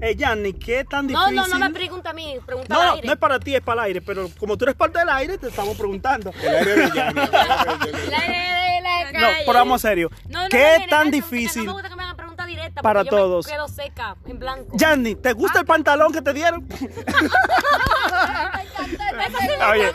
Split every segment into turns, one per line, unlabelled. Eh, Yanni, ¿qué tan
No,
difícil?
no, no me pregunta a mí, pregunta al
No,
aire.
no es para ti, es para el aire, pero como tú eres parte del aire, te estamos preguntando.
El aire de Yanni, el aire de Yanni.
La de la
No,
calle.
pero vamos serio.
No, no,
¿Qué
no, general,
tan
no, porque
difícil?
No me gusta que me hagan preguntas directas
para
porque yo me
todos?
quedo seca, en blanco.
Yanni, ¿te gusta el pantalón que te dieron? Oye,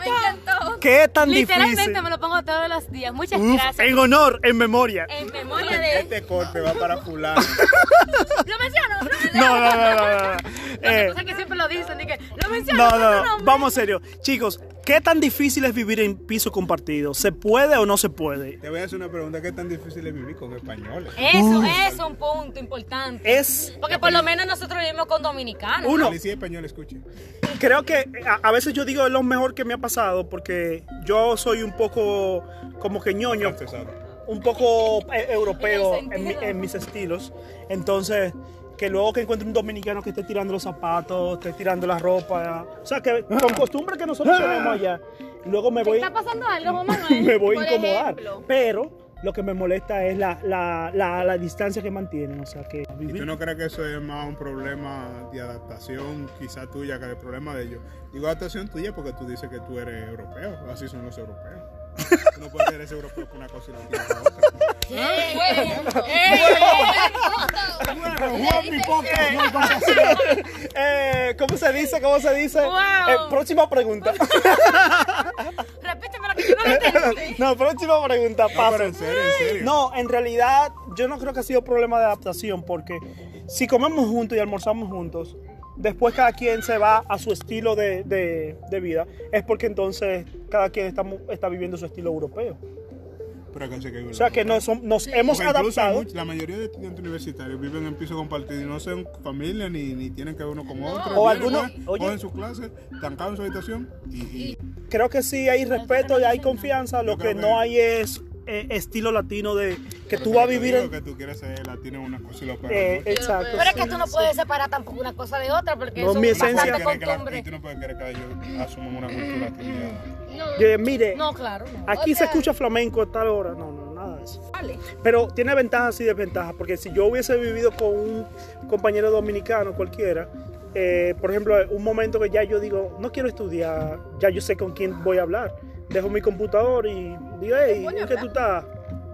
¿Qué tan difícil?
Literalmente me lo pongo todos los días. Muchas
Uf,
gracias. Eh,
en honor, en memoria.
En memoria de.
Este corte va para fulano.
Lo menciono, lo menciono.
No, no, no, no. no.
No,
Eh,
cosa que siempre lo dicen, dije, lo menciono.
no, no, no.
nombre.
Vamos serio. Chicos, ¿qué tan difícil es vivir en piso compartido? ¿Se puede o no se puede?
Te voy a hacer una pregunta, ¿qué tan difícil es vivir con españoles?
Eso, eso es un punto importante.
Es
Porque por lo menos nosotros vivimos con dominicanos.
uno.
Policía español, escuche.
Creo que a, a veces yo digo es lo mejor que me ha pasado porque yo soy un poco como que ñoño,
Este, Procesado.
un poco eh, europeo
En el
en, mi-
sentido.
en mis estilos. Entonces, que luego que encuentre un dominicano que esté tirando los zapatos, esté tirando la ropa, o sea, que
Ah.
con costumbre que nosotros tenemos allá, luego me
¿Te
voy
está pasando algo, Juan Manuel?
me voy a
Por
incomodar.
ejemplo.
Pero lo que me molesta es la, la, la, la distancia que mantienen. O sea, que
¿Y tú
vivir.
no crees que eso es más un problema de adaptación quizá tuya que el problema de ellos? Digo adaptación tuya porque tú dices que tú eres europeo, así son los europeos. Tú no puedes ser ese europeo por una cosa y no tienes la otra.
Eh, ¿Cómo se dice? ¿Cómo se dice?
Wow.
Eh, próxima pregunta.
Repíteme lo que yo no lo entendí.
no, próxima pregunta.
No,
Paso.
pero en serio, en serio.
No, en realidad yo no creo que ha sido problema de adaptación porque si comemos juntos y almorzamos juntos, después cada quien se va a su estilo de, de- de vida, es porque entonces cada quien está, mu- está viviendo su estilo europeo.
Pero que se que
O sea que nos, nos hemos
Porque incluso
adaptado.
much- la mayoría de estudiantes universitarios viven en piso compartido y no son familia ni, ni tienen que ver uno con otro.
O
Vienen,
algunos-
van,
oye.
cogen sus clases, tancados en su habitación y, y-
Creo que sí hay respeto y hay confianza. Lo
Yo
que
creo que-
no hay es eh, estilo latino de que
pero
tú vas a
te
vivir
digo
en.
que tú quieres ser latino en una cosa y lo peor,
eh,
¿no?
exacto.
Pero es
sí.
que tú no puedes separar tampoco una cosa de otra porque
No,
eso
mi
es
Tú no puedes
esencia-
bastante
querer que la- y
costumbre.
tú no puedes querer que ellos asuman una cultura tuya.
Eh, mire,
No, claro, no.
aquí se escucha flamenco a tal hora. No, no, nada de eso. Pero tiene ventajas y desventajas, porque si yo hubiese vivido con un compañero dominicano cualquiera, eh, por ejemplo, un momento que ya yo digo, no quiero estudiar, ya yo sé con quién voy a hablar. Dejo mi computador y digo, hey, ¿en qué tú estás?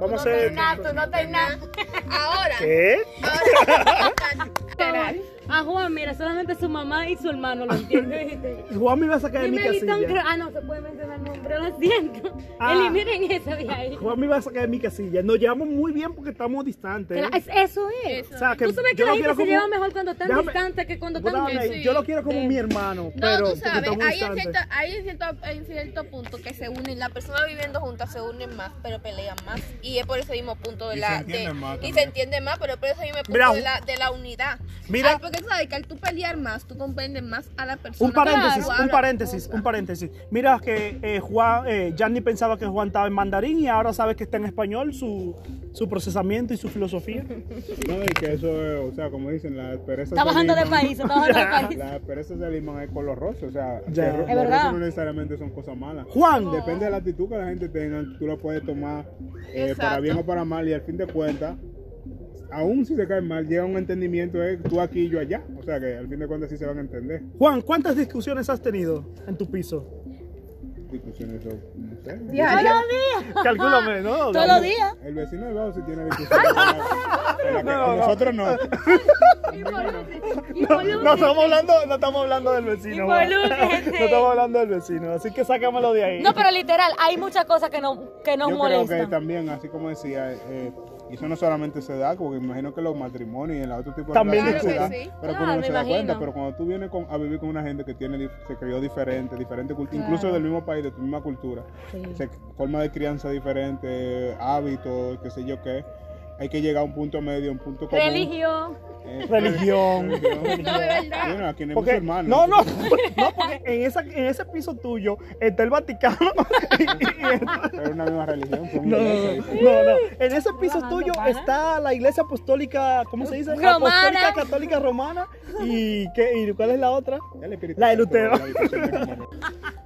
Vamos a hacer.
no tenés nada.
Ahora.
¿Qué?
A Ah, Juan, mira, solamente su mamá y su hermano lo entienden.
Juan me va a sacar de mi
Dime Litton
casilla.
Cro- Ah, no se puede mencionar el nombre, lo siento.
Ah.
Eliminen eso de ahí.
Juan me va a sacar de mi casilla. Nos llevamos muy bien porque estamos distantes. ¿eh?
Cla- es- Eso es.
O sea, Ah, que
Tú sabes que
yo
la
lo quiero
gente se
como-
lleva mejor cuando están
Déjame-
distantes que cuando están
Perdóname,
juntos.
yo lo quiero como
Sí.
mi hermano,
No,
pero
tú
porque
sabes,
estamos
hay en, cierto,
distantes.
hay en cierto, en cierto punto que se unen, las personas viviendo juntas se unen más, pero pelean más. Y es por ese mismo punto de
Y se
la.
entienden
de-
más
y
también.
se entiende más, pero es por ese mismo punto
Mira,
de, la, de la unidad.
mira.
Ay, porque tú sabes que al tú pelear más, tú comprendes más a la persona.
Un paréntesis,
Tú
un
hablas
paréntesis,
cosas.
un paréntesis. Mira que eh, Juan, eh, Yanni pensaba que Juan estaba en mandarín y ahora sabes que está en español su, su procesamiento y su filosofía.
No, y que eso es, o sea, como dicen, la pereza
Está bajando de país, está bajando de país.
La pereza de limón es color rosa, o sea,
Ya.
que ro-
Es
los
verdad.
rosas no necesariamente son cosas malas.
Juan,
Depende de la actitud que la gente tenga, tú la puedes tomar eh, para bien o para mal y al fin de cuentas, aún si se cae mal, llega un entendimiento de tú aquí y yo allá. O sea que al fin de cuentas sí se van a entender.
Juan, ¿cuántas discusiones has tenido en tu piso?
Discusiones, o- no sé.
Calcúlame, ¿no?
Todos los días.
El vecino del lado sí tiene discusiones. con la- con la que-
No, no.
con Nosotros no.
No, no estamos hablando, no estamos hablando del vecino. Juan.
Involúcrate.
No estamos hablando del vecino, así que sácamelo de ahí.
No, pero literal, hay muchas cosas que, no, que nos
yo creo que
molestan.
también, así como decía, eh, eso no solamente se da, porque imagino que los matrimonios y el otro tipo de
También
relaciones
Claro
se da,
que sí.
pero que
Ah,
uno no
me
se da cuenta.
imagino.
Pero cuando tú vienes con- a vivir con una gente que tiene, dif- se crió diferente, diferente cultura, incluso del mismo país, de tu misma cultura, se- forma de crianza diferente, hábitos, qué sé yo qué, hay que llegar a un punto medio, un punto común.
Religión.
Eh,
Religión.
religión.
No, de verdad.
Bueno, aquí no hay
Porque-
muchos hermanos.
no, no, no, porque en, esa, en ese piso tuyo está el Vaticano y- y-
Es una misma religión. son
No,
iglesias
no,
diferentes.
no, no. En ese piso
Bajando,
tuyo
pana.
está la iglesia apostólica, ¿cómo se dice?
Romana.
Apostólica católica romana. ¿Y, qué, ¿Y cuál es la otra?
Ya le espíritu
La de
santo,
Lutero.
la habitación de Camarón.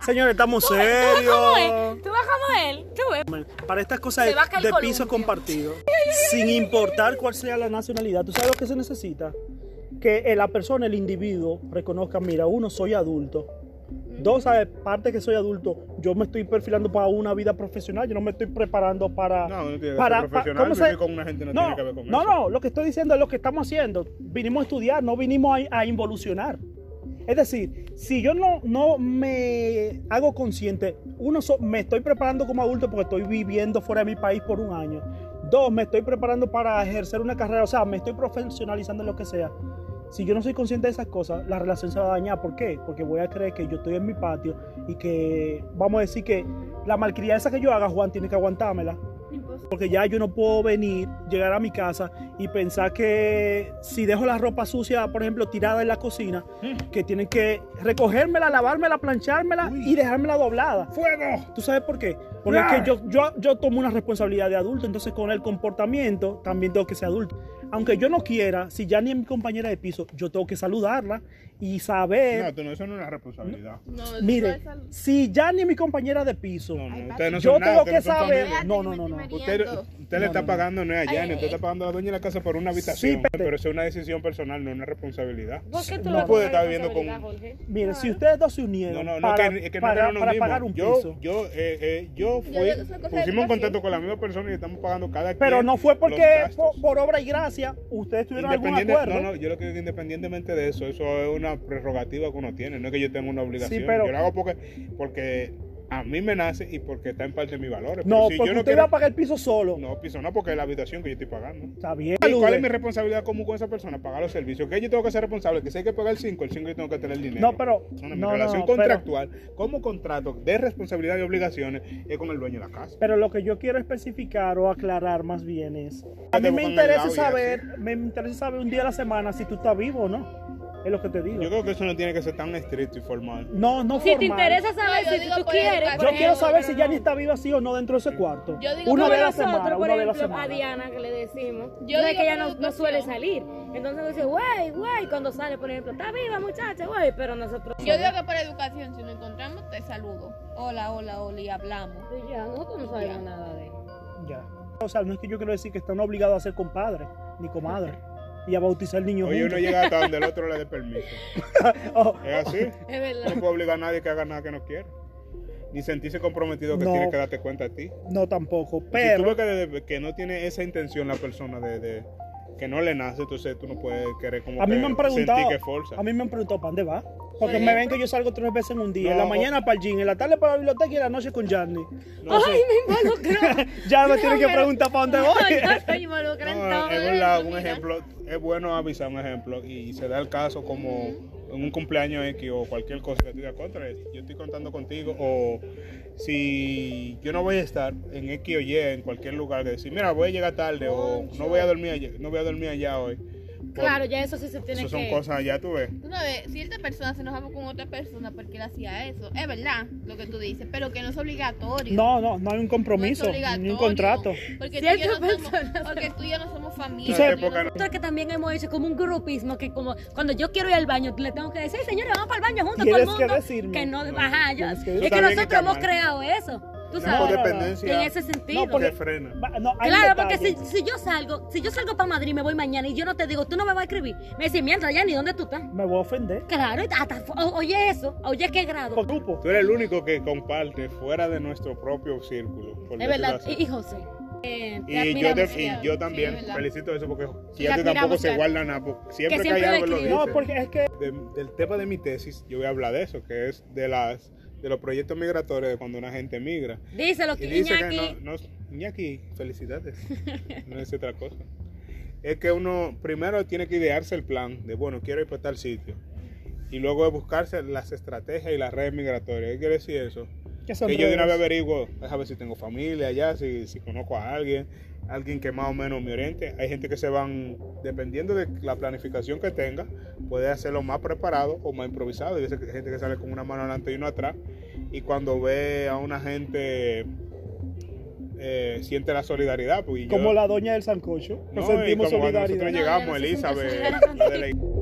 Señores, estamos
¿Cómo
serios.
es? ¿Tú vas como él? ¿Tú ves?
Para estas cosas
Se
de,
va a caer
de
Columpio.
piso compartido, sin importar cuál sea la nacionalidad, ¿tú sabes lo que se necesita? que eh, la persona, el individuo, reconozca, mira, uno, soy adulto. Dos, aparte que soy adulto, yo me estoy perfilando para una vida profesional, yo no me estoy preparando para...
No, no tiene que ser
para,
profesional,
¿cómo se-
vivir con una gente no tiene que ver con
no,
eso.
no, lo que estoy diciendo es lo que estamos haciendo. Vinimos a estudiar, no vinimos a, a involucionar. Es decir, si yo no, no me hago consciente, uno, so- me estoy preparando como adulto porque estoy viviendo fuera de mi país por un año. Dos, me estoy preparando para ejercer una carrera, o sea, me estoy profesionalizando en lo que sea. Si yo no soy consciente de esas cosas, la relación se va a dañar. ¿Por qué? Porque voy a creer que yo estoy en mi patio y que, vamos a decir que la malcrianza que yo haga, Juan tiene que aguantármela. Porque ya yo no puedo venir, llegar a mi casa y pensar que si dejo la ropa sucia, por ejemplo, tirada en la cocina, que tienen que recogérmela, lavármela, planchármela y dejármela doblada.
¡Fuego!
¿Tú sabes por qué? Porque es que yo, yo, yo tomo una responsabilidad de adulto, entonces con el comportamiento también tengo que ser adulto. Aunque yo no quiera, si ya ni es mi compañera de piso, yo tengo que saludarla y
No,
saber.
tú no, eso no es una responsabilidad.
No, eso
Mire,
es al-
si ya ni es mi compañera de piso,
No, no, ustedes no
yo
son nada,
tengo
ustedes
que
no son
saber.
familia.
No, no, no, no.
Usted, usted le está pagando no es a Janet, usted
eh.
está pagando a la dueña de la casa por una habitación,
Sí, pero-
pero eso es una decisión personal, no una responsabilidad.
¿Por qué tú
No
lo
puede
vas a
estar viviendo con-
responsabilidad, Jorge?
Mire, si ustedes dos se unieron
No, no, no,
para,
que, es que
para-
no tenemos
para
lo
pagar un
mismo. yo,
piso.
Yo, eh, eh, yo fui,
Yo digo, son cosas de
pusimos en
educación.
contacto con la misma persona y estamos pagando cada quien.
pero no fue
los
porque
gastos.
por, por obra y gracia ustedes tuvieron algún
Independiente-
acuerdo.
No, no, yo lo que digo que independientemente de eso, eso es una prerrogativa que uno tiene, no es que yo tenga una obligación.
Sí, pero-
yo lo hago porque, porque a mí me nace y porque está en parte de mis valores.
No,
Pero si
porque
yo no
usted
quiero-
va a pagar el piso solo.
No, piso no, porque es la habitación que yo estoy pagando.
Está bien.
¿Y ¿Cuál
salude.
es mi responsabilidad común con esa persona? Pagar los servicios. Que yo tengo que ser responsable, que si hay que pagar el 5, el 5 yo tengo que tener el dinero.
No, pero-
Una
no, no,
relación
no, pero-
contractual, como contrato de responsabilidad y obligaciones, es con el dueño de la casa.
Pero lo que yo quiero especificar o aclarar más bien es, a mí
Te buscan
me
el
interesa
lado y
saber, me interesa saber un día a la semana si tú estás vivo o no. Es lo que te digo.
Yo creo que eso no tiene que ser tan estricto y formal.
No, no
Si te
formal.
interesa saber
No, yo
si
digo
tú
por
quieres.
educación,
por
Yo quiero
ejemplo,
saber si
pero
ya
no.
ni está viva sí o no dentro de ese cuarto.
Yo digo
una
por
vez a la
nosotros,
semana,
por
una vez a la
ejemplo,
semana.
a Diana que le decimos,
Yo
no es
digo
que ella
por
no, no
educación.
suele salir. Entonces dice, güey, güey, cuando sale, por ejemplo, está viva muchacha, güey, pero nosotros...
Yo digo que por educación, si nos encontramos, te saludo. Hola, hola, hola, y hablamos.
Y ya, nosotros no sabemos nada de
Ya. O sea, no es que yo quiero decir que están obligados a ser compadres ni comadres y a bautizar niños
Oye, uno
juntos.
llega hasta donde el otro le dé permiso.
Oh,
Es así.
Es
No
verdad.
puedo obligar a nadie que haga nada que no quiera. Ni sentirse comprometido que
No.
tiene que darte cuenta a ti.
no tampoco,
si tú
pero
ves que, de- que no tiene esa intención la persona de, de- que no le nace, entonces tú no puedes querer como
a mí
que
me han preguntado,
sentir que forza.
a mí me han preguntado, ¿para dónde va? Porque
Sí.
me ven que yo salgo tres veces en un día, en la
No.
mañana para el gym, en la tarde para la biblioteca y en la noche con Jarny.
No, sí.
ya me tienen que preguntar para dónde voy.
eso. involucra en
No,
todo.
es verdad, un ejemplo, es bueno avisar un ejemplo y se da el caso como en un cumpleaños X o cualquier cosa que tú digas contra, yo estoy contando contigo o si yo no voy a estar en X o Y en cualquier lugar de decir, mira, voy a llegar tarde o no voy a dormir allá, no voy a dormir allá hoy. Por-
Claro, ya eso sí se tiene
Esas
que...
son cosas allá, tú ves.
Tú sabes, cierta persona se enojaba con otra persona porque él hacía eso. Es verdad lo que tú dices, pero que no es obligatorio.
No, no, no hay un
No es
compromiso, ni
obligatorio.
un contrato.
Porque tú, y yo
Cierta
no somos,
persona se-
porque tú y yo no somos
En
familia.
sabes-
esta
tú y yo
época no-
Esto es que también hemos hecho como un grupismo que como cuando yo quiero ir al baño le tengo que decir, señores, vamos para el baño juntos todo el
Tienes
mundo.
que decirme.
Que no, ajá, yo-
Tienes que
es que
decirme.
nosotros hemos
También está
creado eso. Tú
una
sabes.
codependencia
En ese sentido.
No, porque-
que frena.
Va- no, hay un
Claro, porque si,
detalle.
si yo salgo, si yo salgo para Madrid, me voy mañana y yo no te digo, tú no me vas a escribir. Me dice, mierda, ya ni dónde tú estás.
Me voy a ofender.
Claro, y hasta- o- oye eso, oye qué grado.
Por grupo.
Tú eres el único que comparte fuera de nuestro propio círculo. por
Es
decirlo
verdad.
así.
Y, y José. eh, te
Y yo,
admiramos.
te- y yo también
Sí, es verdad.
felicito eso porque
Te
Kiate
admiramos,
tampoco se
Kiate.
guarda nada. porque Siempre que,
siempre
hay
lo
algo lo
escribe.
dice.
No, porque es que
De- del tema de mi tesis, yo voy a hablar de eso, que es de las de los proyectos migratorios de cuando una gente migra.
Díselo,
Y dice
Iñaki.
que no, no, Iñaki, felicidades. No es otra cosa. Es que uno primero tiene que idearse el plan de, bueno, quiero ir para tal sitio. Y luego de buscarse las estrategias y las redes migratorias. ¿Qué quiere decir eso?
que son
que yo de una vez
reglas.
averiguo, a ver si tengo familia allá, si, si conozco a alguien, alguien que más o menos me oriente. Hay gente que se van, dependiendo de la planificación que tenga, puede hacerlo más preparado o más improvisado. Y hay gente que sale con una mano adelante y una atrás. Y cuando ve a una gente, eh, siente la solidaridad. Porque yo-
como la doña del sancocho.
no,
Nos
y
sentimos
como
solidaridad.
cuando nosotros
No,
llegamos,
yo no se siento
Elizabeth,
solidaria
la de la-